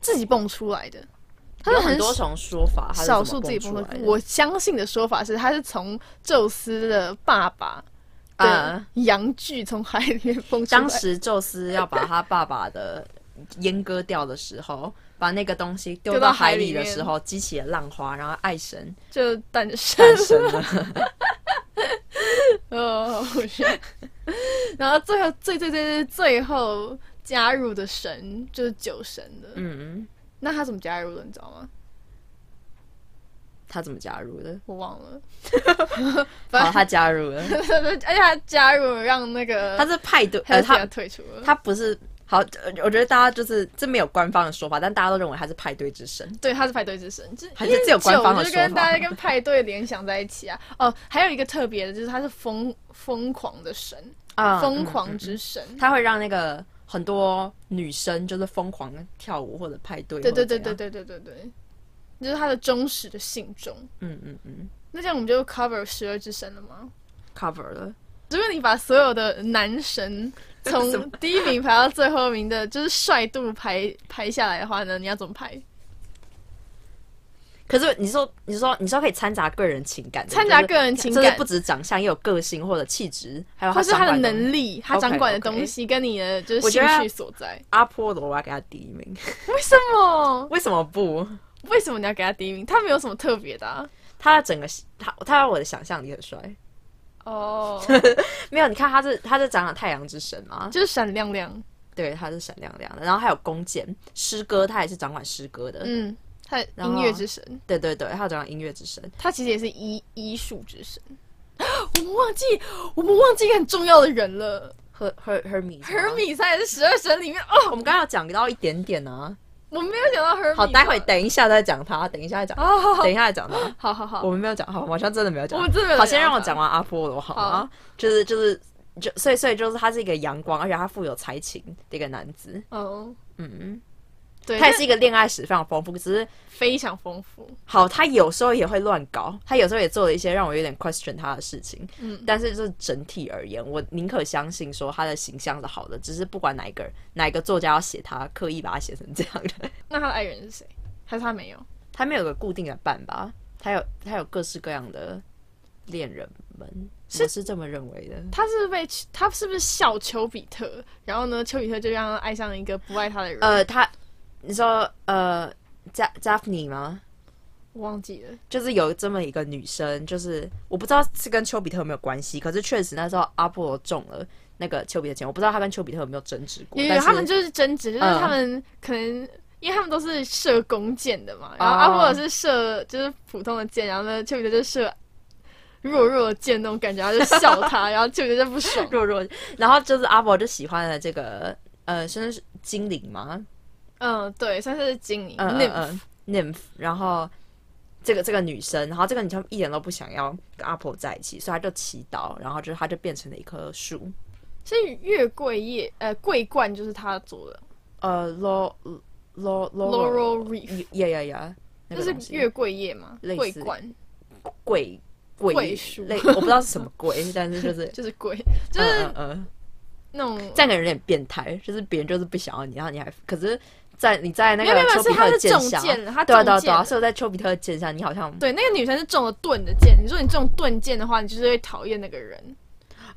S1: 自己蹦出来的。他
S2: 有
S1: 是
S2: 很多种说法，啊它是
S1: 少
S2: 怎
S1: 数
S2: 么
S1: 自己蹦
S2: 蹦出
S1: 出
S2: 来的。
S1: 我相信的说法是，他是从宙斯的爸爸的
S2: 啊
S1: 阳具从海里面蹦出来。
S2: 当时宙斯要把他爸爸的阉割掉的时候，把那个东西丢
S1: 丢到
S2: 到
S1: 海
S2: 海
S1: 里
S2: 里
S1: 面
S2: 的时候，激起了浪花，然后爱神
S1: 就诞生
S2: 诞生
S1: *laughs*
S2: 了。
S1: 哦，我是。然后最后最最最最最后加入的神就是酒神的。
S2: 嗯，
S1: 那他怎么加入的？你知道吗？
S2: 他怎么加入的？
S1: 我忘
S2: *laughs*
S1: 了。反
S2: 好，
S1: 正
S2: 他加
S1: *laughs*
S2: 入了，
S1: 而且他加入了让那个
S2: 他是派对，
S1: 他
S2: 呃，
S1: 他
S2: 他
S1: 退出了。
S2: 他不是好，呃我觉得大家就是这没有官方的说法，但大家都认为他是派对之神。
S1: 对，他是派对之神，就是
S2: 还是只有官方的
S1: 就
S2: 说法
S1: 跟大家跟派对联想在一起啊。哦，还有一个特别的就是他是疯疯狂的神，
S2: 啊
S1: 疯狂之神。
S2: 他会让那个很多女生就是疯狂地跳舞或者派对，
S1: 对对对
S2: 或者
S1: 对
S2: 怎样，
S1: 对对对对，就是他的忠实的信众。
S2: 嗯嗯嗯
S1: 那这样我们就 cover 十二之神了吗？
S2: ，cover 了，
S1: 如果你把所有的男神
S2: 什
S1: 从
S2: 么
S1: 第一名排到最后名的，就是帅度排排下来的话呢，你要怎么排？
S2: 可是你说，你说，你说可以掺杂个人情感的，
S1: 掺杂
S2: 就是
S1: 个人情
S2: 就是
S1: 感
S2: 不，止长相，也有个性或者气质，还有
S1: 或
S2: 他
S1: 是他的
S2: 掌管东西
S1: 能。力，他掌管的东西跟你的就是
S2: 我
S1: 兴
S2: 觉得
S1: 趣所在。
S2: 阿波罗，我要给他第一名。 *laughs*
S1: 为什么？
S2: 为什么不？
S1: 为什么你要给他第一名？他没有什么特别的、啊。
S2: 他的整个他他让我的想象力很帅。
S1: *laughs* 哦，
S2: 没有，你看他是他是长了太阳之神嘛，
S1: 就是闪亮亮，
S2: 对，他是闪亮亮的。然后还有弓箭、诗歌，他也是掌管诗歌的。
S1: 嗯，他的
S2: 然后
S1: 音乐之神，
S2: 对对对，他有掌管音乐之神。
S1: 他其实也是医医术之神。 *gasps* 我们忘记，我们忘记一个很重要的人了。
S2: 赫赫赫米
S1: 赫尔，米他也是十二神里面哦，
S2: 我们刚刚有讲到一点点呢、
S1: 我没有讲到赫尔米。
S2: 啊。好，待会等一下再讲他，等一下再讲，
S1: 哦，好好
S2: 等一下再讲他。
S1: 好好好，
S2: 我们没有讲，好，我好像真的没有讲。
S1: 我们真的没有啊
S2: 好，先
S1: 讲到
S2: 让我
S1: 他
S2: 讲完阿波罗好吗？
S1: 好
S2: 就是就是就所以所以就是他是一个阳光，而且他富有才情的一个男子。
S1: 嗯，
S2: 嗯，
S1: 对，
S2: 他也
S1: 但
S2: 是一个恋爱史非常丰富，只是
S1: 非常丰富。
S2: 好，他有时候也会乱搞，他有时候也做了一些让我有点 question 他的事情。
S1: 嗯，
S2: 但是就是整体而言，我宁可相信说他的形象是好的，只是不管哪一个人哪一个作家要写他，刻意把他写成这样的，
S1: 那他的爱人是谁？还是他没有？
S2: 他没有个固定的伴吧？他有他有各式各样的恋人们，我是这么认为的。
S1: 他是被他是不是笑丘比特？然后呢，丘比特就让他爱上一个不爱他的人。
S2: 呃，他，你说呃，加加芙妮吗？
S1: 我忘记了。
S2: 就是有这么一个女生，就是我不知道是跟丘比特有没有关系，可是确实那时候阿波罗中了那个丘比特钱，我不知道他跟丘比特有没有争执过。
S1: 有
S2: 但
S1: 有，
S2: 是
S1: 他们
S2: *laughs*
S1: 就是争执，就是
S2: 嗯
S1: 他们可能。因为他们都是射弓箭的嘛，然后
S2: 哦
S1: 阿波罗是射就是普通的箭，然后呢丘比特就射弱弱的箭那种感觉，然后就笑他，
S2: *laughs*
S1: 然后丘比特就不爽。
S2: 弱弱，然后就是阿波罗就喜欢了这个呃，算是精灵嘛，
S1: 嗯，对，算是精灵。
S2: 嗯
S1: 那
S2: 嗯嗯 nymph，然后这个这个女生，然后这个女生一点都不想要跟阿婆在一起，所以她就祈祷，然后就是她就变成了一棵树，
S1: 是月桂叶，呃，桂冠就是他做的
S2: 呃，lo lo lo
S1: ，Laurel Reef，
S2: 呀呀呀，那
S1: 就
S2: 个
S1: 是
S2: 东西
S1: 月桂叶嘛，
S2: 类似
S1: 桂冠
S2: 贵
S1: 贵
S2: 贵
S1: 树
S2: 类，我不知道是什么
S1: *laughs*
S2: 贵，但是就是
S1: 就是桂，就是
S2: 嗯嗯嗯，
S1: 那种。
S2: 这样的人有点变态，就是别人就是不想要你，然后你还可是在你在那
S1: 没有没有
S2: 个
S1: 没有，
S2: 丘
S1: 是
S2: 比
S1: 他
S2: 特的
S1: 是中
S2: 剑下，
S1: 箭了，他
S2: 对
S1: 中
S2: 啊对啊对
S1: 箭
S2: 啊，
S1: 了。
S2: 所以在丘比特的剑下，你好像
S1: 对，那个女生是中了盾的箭。你说你中盾箭的话，你就是会讨厌那个人。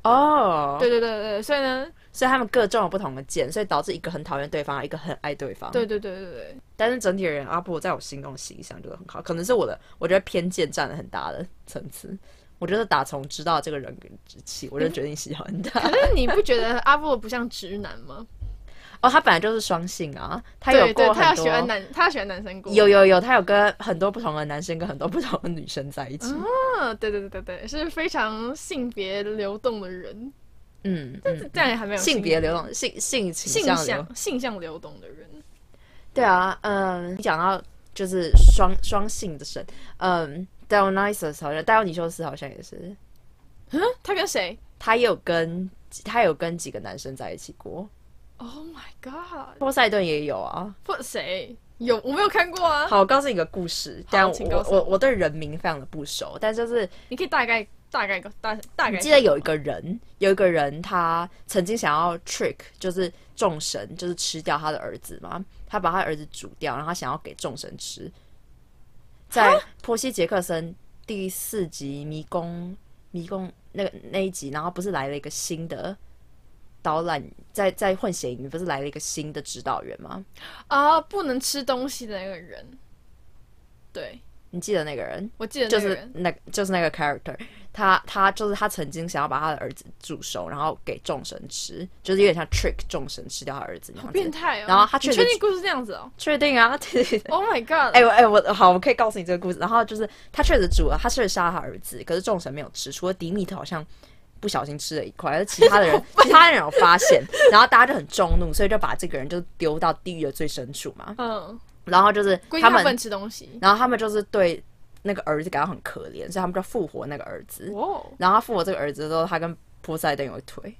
S2: 哦，
S1: 对对对对，所以呢，
S2: 所以他们各中了不同的箭，所以导致一个很讨厌对方，一个很爱对方。
S1: 对，对对对对，
S2: 但是整体而言，阿布在我心中的形象就是很好，可能是我的，我觉得偏见占了很大的层次。我觉得打从知道这个人起，我就
S1: 嗯
S2: 决定喜欢他
S1: 可。是你不觉得阿布不像直男吗？
S2: 哦，他本来就是双性啊， *laughs* 他有
S1: 对对
S2: 过，
S1: 他
S2: 很
S1: 有喜欢
S2: 多，
S1: 男，他有喜欢男生过。
S2: 有有有，他有跟很多不同的男生跟很多不同的女生在一起。
S1: 嗯，对对对对对，是非常性别流动的人，
S2: 嗯，嗯
S1: 这样也还没有
S2: 性别流动，性性倾
S1: 性
S2: 向流
S1: 向性向流动的人。
S2: 对啊，嗯，你讲到就是双双性的神，嗯，Dionysus 好像，戴奥尼修斯好像也是，
S1: 嗯，他跟谁
S2: 他也有跟他有跟几个男生在一起过，
S1: ？Oh my god！
S2: 波塞顿也有啊。
S1: 不谁有我没有看过啊，
S2: 好，我告诉你个故事，但
S1: 请告
S2: 我
S1: 诉我
S2: 我我对人名非常的不熟，但就是
S1: 你可以大概大概大大概
S2: 记得有一个人，有一个人他曾经想要 trick，就是众神，就是吃掉他的儿子嘛，他把他儿子煮掉，然后他想要给众神吃。在波西·杰克森第四集《迷宫迷宫》那个那一集，然后不是来了一个新的导览，在在混血营不是来了一个新的指导员吗？
S1: 啊，不能吃东西的那个人，对
S2: 你记得那个人？
S1: 我记得
S2: 就
S1: 那个
S2: 是
S1: 人，
S2: 那就是那个 character，他他就是他曾经想要把他的儿子煮熟，然后给众神吃，就是有点像 trick 众神吃掉他儿子那
S1: 好
S2: 样
S1: 变
S2: 子。
S1: 态哦。
S2: 然后他
S1: 你
S2: 确实
S1: 确定故事这样子哦
S2: 确
S1: *laughs*
S2: 定啊？对对对。
S1: ？Oh my god！
S2: 哎、我哎、我好，我可以告诉你这个故事。然后就是他确实煮了，他确实杀了他儿子，可是众神没有吃，除了迪米特好像不小心吃了一块，而其他的
S1: *laughs*
S2: 人其他人有发现，然后大家就很众怒，所以就把这个人就丢到地狱的最深处嘛。
S1: 嗯，
S2: 然后就是
S1: 规定
S2: 他
S1: 他不
S2: 们，
S1: 能吃东西。
S2: 然后他们就是对那个儿子感到很可怜，所以他们就复活那个儿子。
S1: 哇哦，
S2: 然后他复活这个儿子之后，他跟波塞冬有一腿，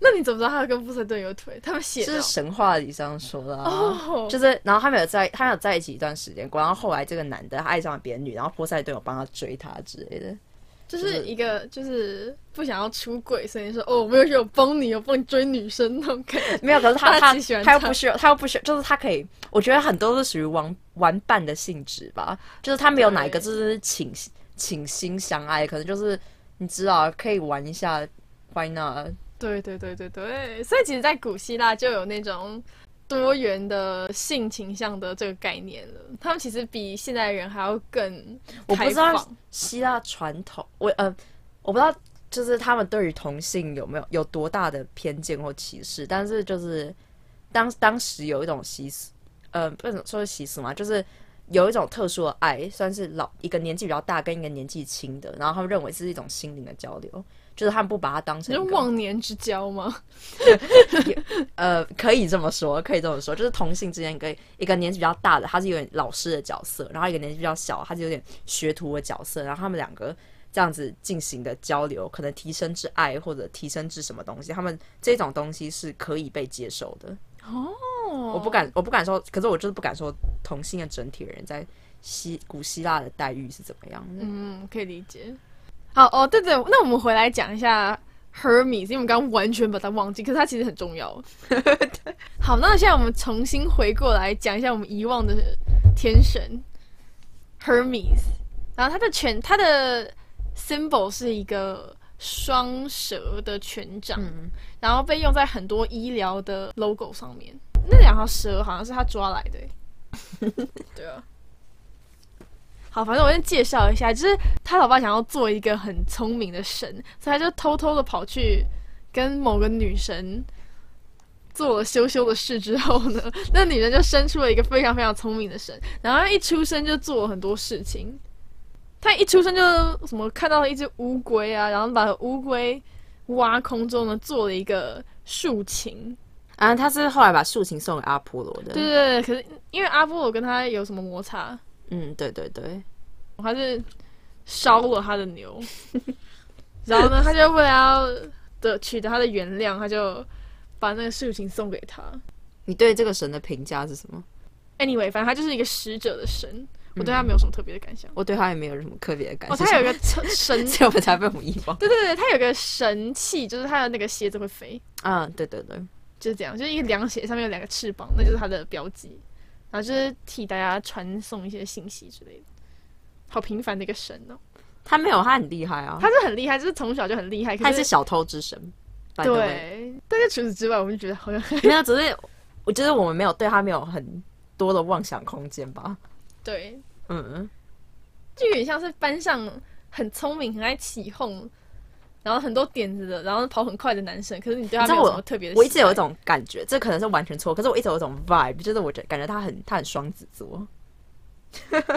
S1: 那你怎么知道他跟布塞顿有腿？他们写
S2: 这
S1: 的
S2: 是
S1: 哦
S2: 神话里上说的、啊。
S1: 哦，
S2: 就是，然后他们有在，他们有在一起一段时间过，然后后来这个男的他爱上了别的女，然后波塞冬有帮他追她之
S1: *laughs*
S2: 类的。
S1: 就
S2: 就是
S1: 是一个就是不想要出轨，所以说哦，我没有去，我帮你，我帮你追女生那种感
S2: *laughs*
S1: 觉。
S2: 没有，可是他
S1: 他
S2: 他
S1: 自己喜欢
S2: 他又
S1: 他
S2: 不需要，他又不需要，就是他可以，我觉得很多都属于玩玩伴的性质吧，就是他没有哪一个
S1: 对
S2: 就是倾倾心相爱，可能就是你知道可以玩一下，Why not？
S1: 对对对对对，所以其实，在古希腊就有那种多元的性倾向的这个概念了。他们其实比现代人还要更
S2: 我不
S1: 开
S2: 知道
S1: 放。
S2: 希腊传统，我呃，我不知道，就是他们对于同性有没有有多大的偏见或歧视，但是就是当当时有一种习俗，呃，不能说是习俗嘛，就是有一种特殊的爱，算是老一个年纪比较大跟一个年纪轻的，然后他们认为是一种心灵的交流，就是他们不把它当成
S1: 就是
S2: 一个
S1: 忘年之交吗？
S2: 呃，可以这么说，可以这么说，就是同性之间跟一个年纪比较大的，他是有点老师的角色，然后一个年纪比较小，他是有点学徒的角色，然后他们两个这样子进行的交流，可能提升至爱或者提升至什么东西，他们这种东西是可以被接受的。我
S1: 哦，
S2: 不敢，我不敢说，可是我就是不敢说同性的整体的人在希古希腊的待遇是怎么样的。
S1: 嗯，可以理解。好哦，对对，那我们回来讲一下 Hermes，因为我们刚刚完全把它忘记，可是它其实很重
S2: *laughs*
S1: 要。好，那现在我们重新回过来讲一下我们遗忘的天神 Hermes，然后它的全它的 symbol 是一个双蛇的权杖，
S2: 嗯
S1: 然后被用在很多医疗的 logo 上面。那两条蛇好像是他抓来的欸、
S2: *laughs*
S1: 对啊。好，反正我先介绍一下，就是他老爸想要做一个很聪明的神，所以他就偷偷的跑去跟某个女神做了羞羞的事之后呢， *laughs* 那女人就生出了一个非常非常聪明的神，然后她一出生就做了很多事情。他一出生就什么看到了一只乌龟啊，然后把乌龟挖空中呢做了一个竖琴，
S2: 啊，他是后来把竖琴送给阿波罗的。
S1: 对对对，可是因为阿波罗跟他有什么摩擦，
S2: 嗯，对对对。
S1: 他是烧了他的牛， *laughs* 然后呢，他就为了要得取得他的原谅，他就把那个竖琴送给他。
S2: 你对这个神的评价是什么？
S1: Anyway，反正他就是一个使者的神，我对他没有什么特别的感想。
S2: 我对他也没有什么特别的嗯感
S1: 哦，
S2: 受。
S1: 他有一个
S2: *laughs*
S1: 神，
S2: 所以我们才被我们遗 *laughs* 忘。
S1: 对对对，他有个神器，就是他的那个鞋子会飞。
S2: 嗯，对对对，
S1: 就是这样，就是一个凉鞋上面有两个翅膀，那就是它的标记，然后就是替大家传送一些信息之类的。好平凡的一个神哦，
S2: 他没有，他很厉害啊，
S1: 他是很厉害，就是从小就很厉害。
S2: 他
S1: 可
S2: 也是
S1: 是
S2: 小偷之神。by the way，
S1: 对，但是除此之外，我们就觉得好像
S2: 没有，只是我觉得我们没有对他没有很多的妄想空间吧。
S1: 对，
S2: 嗯，
S1: 就有点像是班上很聪明、很爱起哄，然后很多点子的，然后跑很快的男生。可是你对他
S2: 你知
S1: 没有
S2: 道我
S1: 什么特别的喜爱。
S2: 我一直有一种感觉，这可能是完全错，可是我一直有一种 vibe，就是我觉感觉他很他很双子座，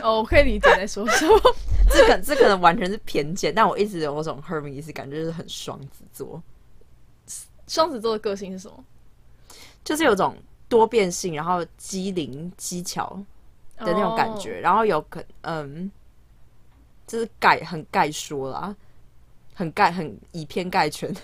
S1: 哦，我可以理解在说什么。哦
S2: 这可这可能完全是偏见，但我一直有一种 Hermes 感觉就是很双子座，
S1: 双子座的个性是什么？
S2: 就是有一种多变性，然后机灵技巧， *laughs* 的那种感
S1: 哦
S2: 觉然后有可嗯，就是概很概说啦，很概很以偏概全的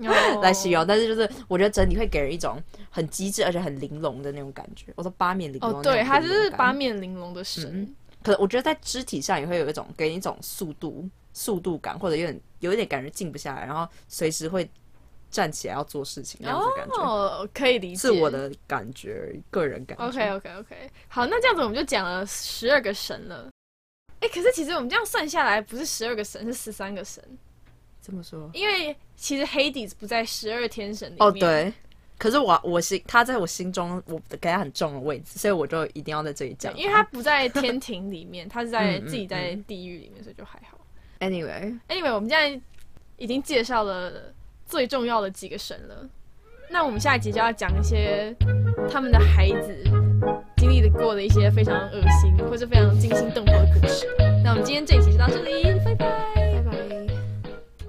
S1: 哦，哦
S2: *laughs* 来形容但是就是我觉得整体会给人一种很机智而且很玲珑的那种感觉。我说八面玲珑
S1: 哦，
S2: 的那种
S1: 对，
S2: 玲珑感，
S1: 他就是八面玲珑的神
S2: 嗯。可我觉得在肢体上也会有一种给人一种速度速度感，或者有点有一点感觉静不下来，然后随时会站起来要做事情那样子的感觉。
S1: 哦，可以理解。
S2: 嗯是我的感觉而已，个人感觉。
S1: OK OK OK，好，那这样子我们就讲了十二个神了。哎、可是其实我们这样算下来，不是十二个神，是十三个神，
S2: 这么说，
S1: 因为其实 Hades 不在十二天神里面。
S2: 哦，。对。可是我我心他在我心中我给他很重的位置，所以我就一定要在这里讲。
S1: 因为他不在天庭里面，
S2: *laughs*
S1: 他是在
S2: 嗯嗯
S1: 自己在地狱里面，所以就还好。
S2: anyway，
S1: Anyway，我们现在已经介绍了最重要的几个神了，那我们下一集就要讲一些他们的孩子经历的过的一些非常恶心或者非常惊心动魄的故事。那我们今天这一集就到这里，拜拜。